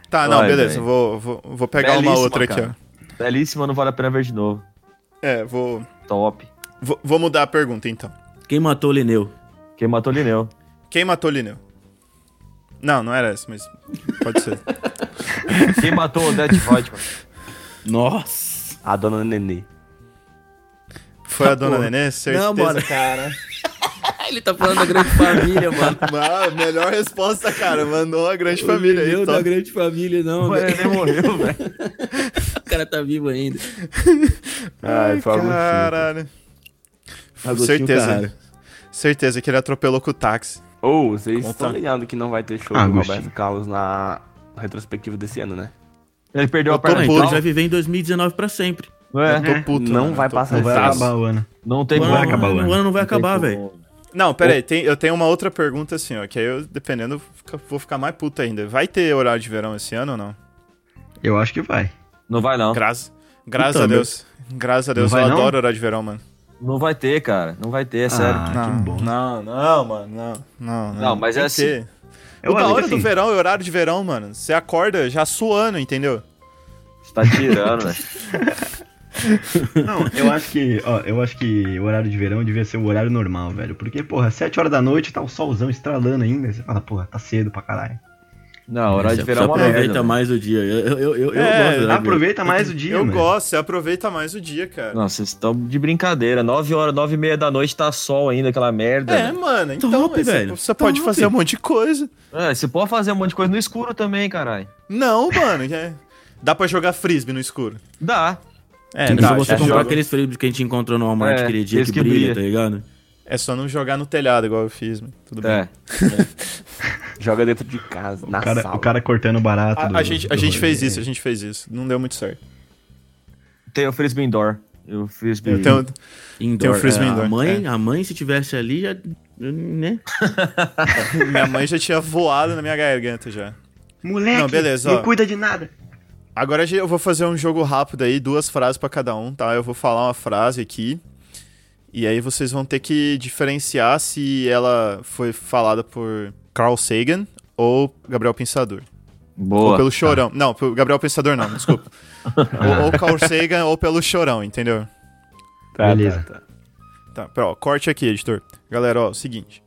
A: Tá, não,
C: Vai,
A: beleza.
C: velho.
A: Vou, vou, vou pegar uma
C: Belíssima,
A: outra aqui,
C: cara. Belíssima, não vale a pena ver de novo.
A: ó. É, vou,
C: Top.
A: vou, vou mudar a pergunta então.
B: Quem matou o Lineu?
C: Quem matou o Lineu?
A: Quem matou o Lineu? Não, não era essa, mas pode ser.
C: Quem matou o Dead Hotman?
B: Nossa!
E: A dona Nenê.
A: Foi a dona
B: Porra.
A: Nenê? Certeza.
B: Não, mano,
A: cara.
B: Ele tá falando da grande família, mano.
A: Ah, melhor resposta, cara. Mandou a grande família aí.
B: Meu,
A: top. né?
B: da grande família, não.
C: O
B: velho.
C: Nenê morreu, velho.
B: O cara tá vivo ainda.
E: Ai, foi algo assim.
A: Caralho.
B: Agostinho,
A: certeza. né?
B: caralho.
A: Certeza que ele atropelou com o táxi.
E: Ou, vocês
A: Conta.
E: estão ligados que não vai ter show
D: Ah,
E: do
D: Agostinho.
E: Roberto Carlos na retrospectiva desse ano, né?
C: Ele perdeu
A: Eu
C: a
A: tô
B: Ah,
C: perna
A: puto,
B: então
C: então?
B: ele vai viver em 2019 pra sempre.
C: Não é?
A: Eu tô puto.
E: Não
A: mano,
E: vai
A: eu tô
E: passar
D: Não
A: puto.
D: vai
E: Exato.
D: acabar o ano.
C: Não tem
B: O
D: Vai
C: como.
B: ano-
D: acabar o ano.
B: O ano não vai
C: Não tem
B: acabar,
C: como.
B: velho.
A: Não, pera aí. tem- eu tenho uma outra pergunta assim, ó. Que aí eu, dependendo, fica- vou ficar mais puto ainda. Vai ter horário de verão esse ano ou não?
D: Eu acho que vai.
C: Não vai, não.
A: Graças, graças
B: Puta,
A: a Deus. Graças a Deus.
D: Não vai
A: eu
D: não?
A: adoro horário de verão, mano.
C: Não vai ter, cara. Não vai ter, é sério.
D: Ah,
A: não,
D: que bom.
A: não, não, mano. Não, não.
C: Não, mas é
A: Tem
C: assim.
A: que ter. o
D: Eu assim.
A: da
D: acho que
A: hora do
D: sim.
A: verão é horário de verão, mano. Você acorda já suando, entendeu?
C: Você tá tirando, velho.
D: Não, eu acho que, ó, eu acho que o horário de verão devia ser o horário normal, velho. Porque, porra, 7 horas da noite tá o solzão estralando ainda. Você fala, porra, tá cedo pra caralho.
C: Não, horário de
B: Só-
C: verão é
B: só
C: uma
B: aproveita
C: merda.
B: mais o dia. Eu, eu, eu,
A: É,
B: eu gosto. né, do horário de verão.
D: Aproveita mais o dia,
A: eu
D: mano.
A: gosto, você aproveita mais o dia, cara.
C: Não, vocês estão de brincadeira. 9 horas, 9 e meia da noite tá sol ainda, aquela merda.
A: É,
C: né?
A: mano, então
B: Top,
A: você,
B: velho.
A: você pode
B: Top.
A: fazer um monte de coisa.
C: É, você pode fazer um monte de coisa no escuro também, caralho.
A: Não, mano, é- dá pra jogar frisbee no escuro.
C: Dá.
A: É,
B: É
A: dá,
B: só você
A: já
B: comprar
A: joga.
B: aqueles frisbees que a gente encontrou no Walmart
C: É,
B: aquele dia que,
C: esse que
B: brilha,
C: brilha.
B: tá ligado?
A: É só não jogar no telhado igual eu fiz, mano. Tudo bem.
C: É.
E: Joga dentro de casa, na
D: O cara,
E: sala.
D: o cara cortando barato.
A: A,
D: do-
A: a gente, a
D: do
A: gente fez
D: rolê.
A: isso, a gente fez isso. Não deu muito certo.
C: Tem o frisbee indoor. Eu frisbee.
A: Eu tenho-
B: Indoor.
A: Tem o frisbee
B: É,
A: indoor,
B: A mãe,
A: é.
B: a mãe, se tivesse ali, já Eu- Né?
A: Minha mãe já tinha voado na minha garganta já.
D: Moleque,
A: Não, beleza, ó.
D: não cuida de nada.
A: Agora a gente- eu vou fazer um jogo rápido aí, duas frases pra cada um, tá? Eu vou falar uma frase aqui. E aí vocês vão ter que diferenciar se ela foi falada por Carl Sagan ou Gabriel Pensador.
C: Boa.
A: ou pelo Chorão. Não, pelo Gabriel Pensador não, desculpa. ou, ou Carl Sagan ou pelo Chorão, entendeu?
E: Tá,
D: Beleza.
E: tá, tá.
A: Tá, pera, ó, corte aqui, editor. Galera, ó, seguinte.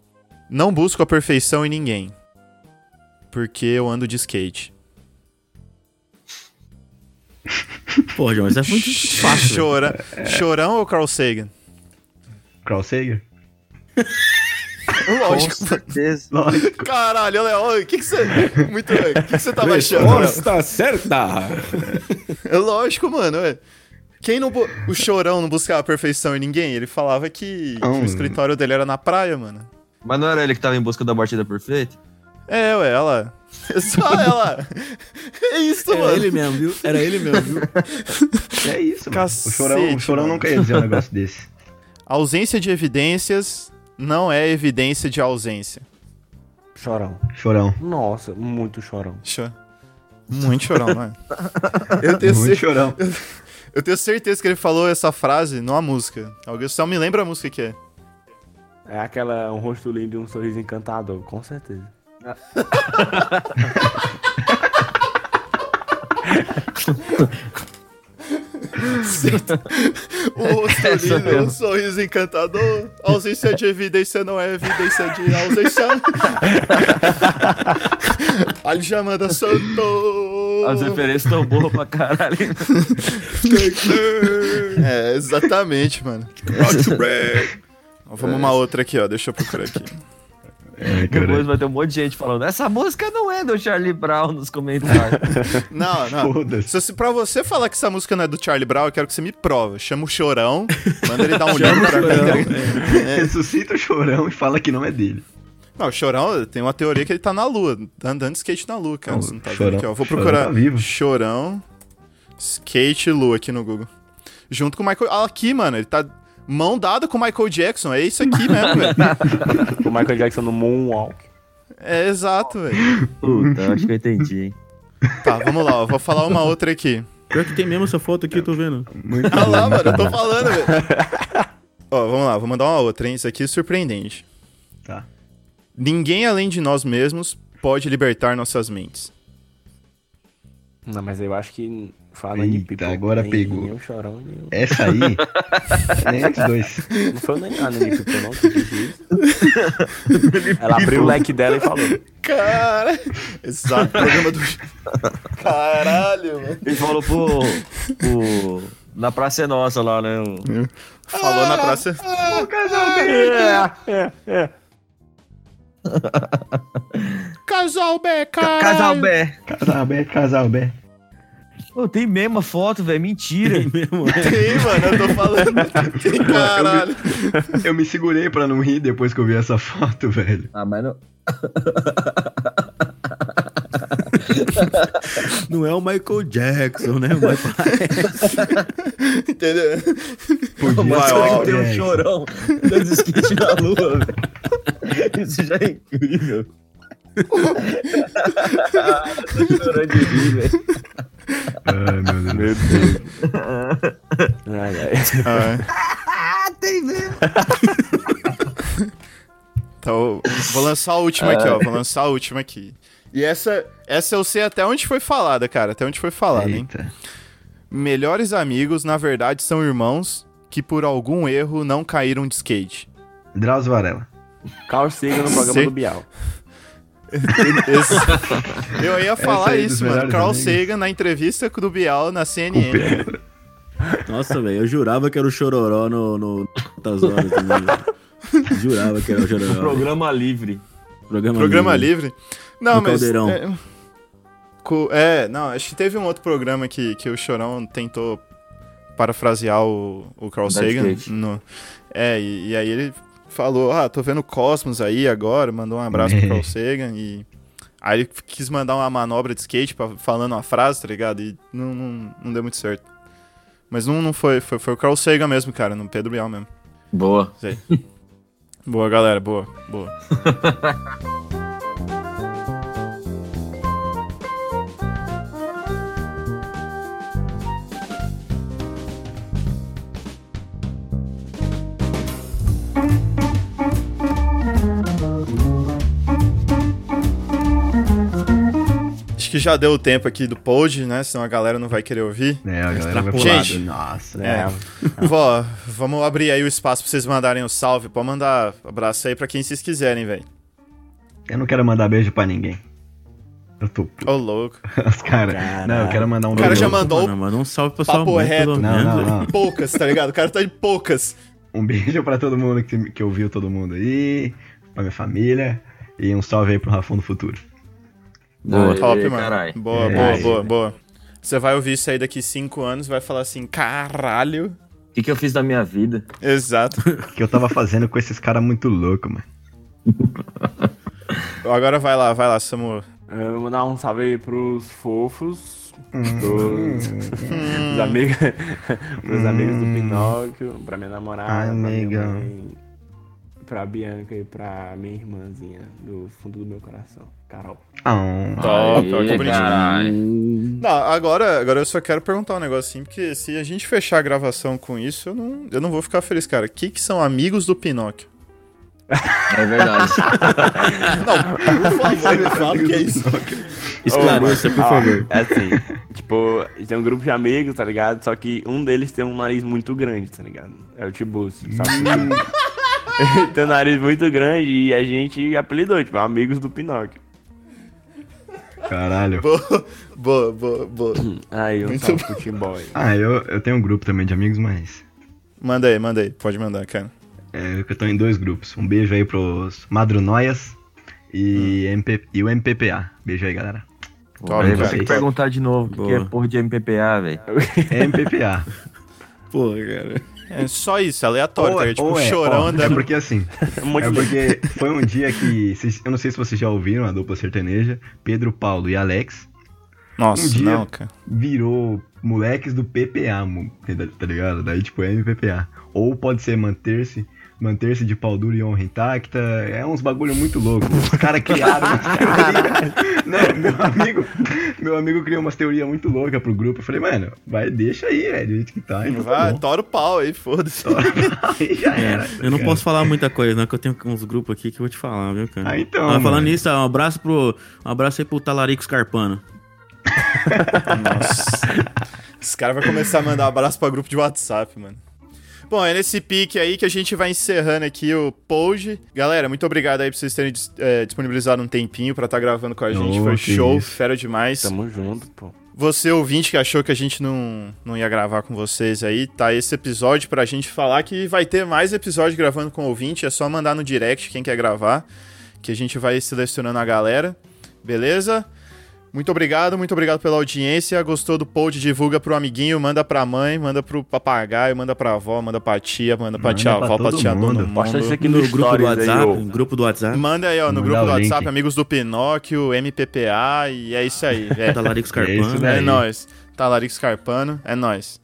A: Não busco a perfeição em ninguém. Porque eu ando de skate.
B: Pô, João, isso é muito fácil. É. velho.
A: Chora... Chorão ou Carl Sagan?
D: Carl Sagan?
C: Com certeza.
D: Lógico.
A: Caralho, Léo, o que que você. Muito bem, o que que você tava achando? Léo?
F: Resposta certa!
A: É lógico, mano. é. Quem não. bu- O chorão não buscava perfeição em ninguém? Ele falava que, que o
D: Hum.
A: escritório dele era na praia, mano.
C: Mas não era ele que tava em busca da batida perfeita?
A: É, ué, ela. Só ela. É isso,
B: Era
A: mano.
B: ele mesmo, viu? Era ele mesmo, viu?
D: É isso, mano. O
A: Cacete,
D: chorão, o chorão
A: mano.
D: nunca ia dizer um negócio desse.
A: Ausência de evidências não é evidência de ausência.
E: Chorão.
D: Chorão.
E: Nossa, muito chorão.
A: Cho- Muito chorão, mano. Eu tenho,
D: É Muito
A: cer-
D: chorão.
A: eu tenho certeza que ele falou essa frase numa música. Alguém só me lembra a música que é.
E: É aquela, um rosto lindo e um sorriso encantador, com certeza.
A: O rosto lindo, um sorriso encantador. Ausência de evidência não é evidência de ausência. Ali já manda
C: As
A: soltou.
C: referências estão boas pra caralho.
A: É, exatamente, mano. Ó, Vamos uma outra aqui, ó. Deixa eu procurar aqui.
D: É,
C: Depois
D: cara.
C: vai ter um monte de gente falando: essa música não é do Charlie Brown nos comentários.
A: Não, não.
D: Foda-se.
A: Se, se pra você falar que essa música não é do Charlie Brown, eu quero que você me prova. Chama o Chorão, manda ele dar um livro pra mim.
D: Ressuscita o chorão e fala que não é dele.
A: Não, o Chorão tem uma teoria que ele tá na lua, tá andando de skate na lua, cara.
D: Não,
A: Você não tá vendo
D: Chorão-
A: aqui, ó. Eu Vou
D: Chorão
A: procurar
D: tá vivo.
A: Chorão, skate e lua aqui no Google. Junto com o Michael. Ah, aqui, mano, ele tá mão dada com o Michael Jackson. É isso aqui mesmo, velho.
E: O Michael Jackson no Moonwalk.
A: É exato, velho.
C: Puta, eu acho que eu entendi, hein?
A: Tá, vamos lá, ó. Vou falar uma outra aqui.
B: Pior que tem mesmo essa foto aqui, eu tô vendo.
D: Muito
A: Ah lá,
D: bom,
A: mano, eu tô
D: muito bom.
A: falando, velho. Ó, vamos lá, vou mandar uma outra, hein? Isso aqui é surpreendente.
D: Tá.
A: Ninguém além de nós mesmos pode libertar nossas mentes.
E: Não, mas eu acho que falando de
D: Eita,
E: pipo,
D: agora
E: nem-
D: pegou.
E: Nem o chorão, nem o-
D: Essa aí. nem os dois.
E: Não foi nem nada, nem pipo, não. que disse isso. Ela abriu o leque dela e falou.
A: Cara, exato, programa do. Caralho, mano.
C: Ele falou pro. pro- Na Praça é Nossa lá, né? o-
A: Falou na praça.
E: É, é, é.
A: Casal B, cara.
C: Casal Bé.
D: Casalbé, casalbé.
C: Pô, tem mesmo a foto, velho. Mentira.
B: Tem mesmo.
C: né?
A: Tem, mano, eu tô falando. Tem, caralho.
D: Eu me segurei pra não rir depois que eu vi essa foto, velho.
C: Ah, mas não.
B: Não é o Michael Jackson, né? Mas
A: Entendeu?
D: Podia
A: Vai,
D: ser
A: ó,
D: o
C: Mas tem um
D: Jackson.
C: chorão dando skate na lua, velho. Isso já é incrível. Tô chorando de rir, velho.
D: Ai, Ah, meu Deus.
E: Meu Deus. Ai, ai.
A: é.
C: Ah, tem mesmo.
A: Então, vou lançar a última aqui, ó. Vou lançar a última aqui. E essa, essa eu sei até onde foi falada, cara. Até onde foi falada, hein?
D: Eita.
A: Melhores amigos, na verdade, são irmãos que por algum erro não caíram de skate.
D: Drauzio Varela.
E: Carl Sagan no programa
A: Sei.
E: do Bial.
A: Esse- Eu ia
D: Essa
A: falar
D: aí dos
A: isso, mano.
D: melhores
A: Carl
D: amigos.
A: Sagan na entrevista do Bial na CNN.
B: Nossa, velho, eu jurava que era o Chororó no, no das horas também. velho. Jurava que era o Chororó. velho.
C: Programa livre.
B: Programa,
A: Programa livre. Não,
B: No
A: mas.
B: Caldeirão.
A: É, co- é, não, acho que teve um outro programa que, que o Chorão tentou parafrasear o, o Carl
C: Andar de
A: Sagan.
C: skate.
A: no- é, e, e aí ele falou: Ah, tô vendo o Cosmos aí agora, mandou um abraço pro Carl Sagan e. Aí ele quis mandar uma manobra de skate pra- falando uma frase, tá ligado? E não, não, não deu muito certo. Mas não, não foi, foi, foi o Carl Sagan mesmo, cara, no Pedro Bial mesmo.
C: Boa.
A: Boa, galera, boa, boa. Acho que já deu o tempo aqui do pod, né? Senão a galera não vai querer ouvir.
D: É, a galera vai
B: Extrapolado.
D: falar, Nossa,
A: É. Vó, vamos abrir aí o espaço pra vocês mandarem o salve. Pode mandar abraço aí pra quem vocês quiserem, velho.
D: Eu não quero mandar beijo pra ninguém. Eu tô.
A: Ô, louco.
D: Os cara. Não, eu quero mandar um
A: O cara
D: beijo.
A: já mandou
B: Mano, manda um salve pra sua
A: Papo
B: mãe,
A: reto.
B: pelo
D: Não,
B: menos.
D: não,
B: velho.
D: não.
A: poucas, tá ligado? O cara tá de poucas.
D: Um beijo pra todo mundo que, que ouviu todo mundo aí, pra minha família. E um salve aí pro Rafão do Futuro.
B: Boa.
C: Aê,
A: Top, mano.
C: carai.
A: Boa,
D: É,
A: boa,
D: aí,
A: boa, boa. Você vai ouvir isso aí daqui cinco anos e vai falar assim, caralho.
C: O que, que eu fiz da minha vida?
A: Exato.
D: O que eu tava fazendo com esses caras muito loucos, mano.
A: Agora vai lá, vai lá, Samu.
E: Eu vou mandar um salve aí pros fofos. Dos, dos amigos, pros amigos do Pinóquio, pra minha namorada,
D: Ai,
E: pra minha
D: amigão.
E: mãe, pra Bianca e pra minha irmãzinha do fundo do meu coração, Carol.
D: Ah,
A: Tá Top,
C: Aê,
A: olha que bonitinho.
C: carai.
A: Não, agora, agora eu só quero perguntar um negócio assim, porque se a gente fechar a gravação com isso, eu não, eu não vou ficar feliz, cara. O que, que são amigos do Pinóquio?
C: É verdade.
A: Não, por favor, me fala o que é isso.
B: Esclareça, por
E: Ó,
B: favor.
E: É assim, tipo, tem um grupo de amigos, tá ligado? Só que um deles tem um nariz muito grande, tá ligado? É o Tibus, sabe? tem um nariz muito grande e a gente apelidou, tipo, amigos do Pinóquio.
A: Tá.
D: caralho.
A: Boa, boa, boa, boa.
E: Aí eu
A: Muito
E: sou futebol.
D: Ah, eu, eu tenho um grupo também de amigos, mas.
A: Manda aí, manda aí. Pode mandar, cara.
D: É, que eu tô em dois grupos. Um beijo aí pros Madrunoias e, MP, e o MPPA. Beijo aí, galera.
A: Top,
C: Aí
A: cara,
C: você tem que
A: top.
C: perguntar de novo o que,
B: Boa.
C: é porra de MPPA, velho.
D: É MPPA.
B: Pô, cara.
A: É só isso, aleatório, tá
D: Ou é-
A: ligado? Tipo,
D: ou é,
A: chorão
D: ó, É
A: andando.
D: porque assim,
E: Um monte
D: é
E: de
D: porque foi um dia que, vocês- eu não sei se vocês já ouviram a dupla sertaneja, Pedro, Paulo e Alex,
A: Nossa,
D: um dia-
A: não, cara.
D: virou moleques do PPA, mo- tá ligado? Daí tipo é MPPA. Ou pode ser manter-se manter-se de pau duro e honra intacta, é uns bagulho muito louco. Os caras criaram umas teorias. Não, meu amigo, meu amigo criou umas teorias muito loucas pro grupo. Eu falei, mano, vai, deixa aí, velho, do jeito que tá. Então tá
A: Vai,
D: bom.
A: tora o pau aí, foda-se.
D: Aí já era.
B: Eu não
D: tá ligado?
B: posso falar muita coisa, não, que eu tenho uns grupos aqui que eu vou te falar, viu, cara?
D: Ah, então,
B: Mas falando
D: mano.
B: nisso, ó, um abraço pro. Um abraço aí pro Talarico Scarpano.
A: Nossa. Esse cara vai começar a mandar abraço pra grupo de WhatsApp, mano. Bom, é nesse pique aí que a gente vai encerrando aqui o pod. Galera, muito obrigado aí pra vocês terem dis- eh, disponibilizado um tempinho pra estar gravando com a gente.
D: Oh,
A: Foi
D: que
A: show,
D: isso.
A: fera demais.
E: Tamo junto, pô.
A: Você, ouvinte, que achou que a gente não, não ia gravar com vocês aí, tá esse episódio pra gente falar que vai ter mais episódio gravando com o ouvinte. É só mandar no direct quem quer gravar, que a gente vai selecionando a galera. Beleza? Muito obrigado, muito obrigado pela audiência. Gostou do pod? Divulga pro amiguinho, manda pra mãe, manda pro papagaio, manda pra avó, manda pra tia, manda pra
D: Manda
A: tia avó,
D: pra
A: pra
D: todo
A: tia dona.
D: mundo.
A: do
E: Posta isso
A: mundo.
E: aqui
D: Hum,
E: no,
B: grupo do
E: stories aí,
B: WhatsApp.
E: ô.
B: grupo do WhatsApp.
A: Manda aí, ó, no
D: Manda
A: grupo do
D: o link.
A: WhatsApp, amigos do Pinóquio, MPPA, e é isso aí. É.
B: Talarico
D: É isso,
B: Scarpano.
D: né?
A: É
D: aí.
A: nóis. Talarico Scarpano, é nóis.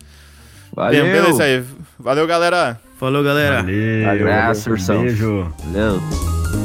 C: Valeu.
A: Bem, beleza aí. Valeu, galera.
B: Falou, galera.
D: Valeu,
E: Valeu,
D: um
C: abraço, ursão.
D: beijo.
C: Valeu.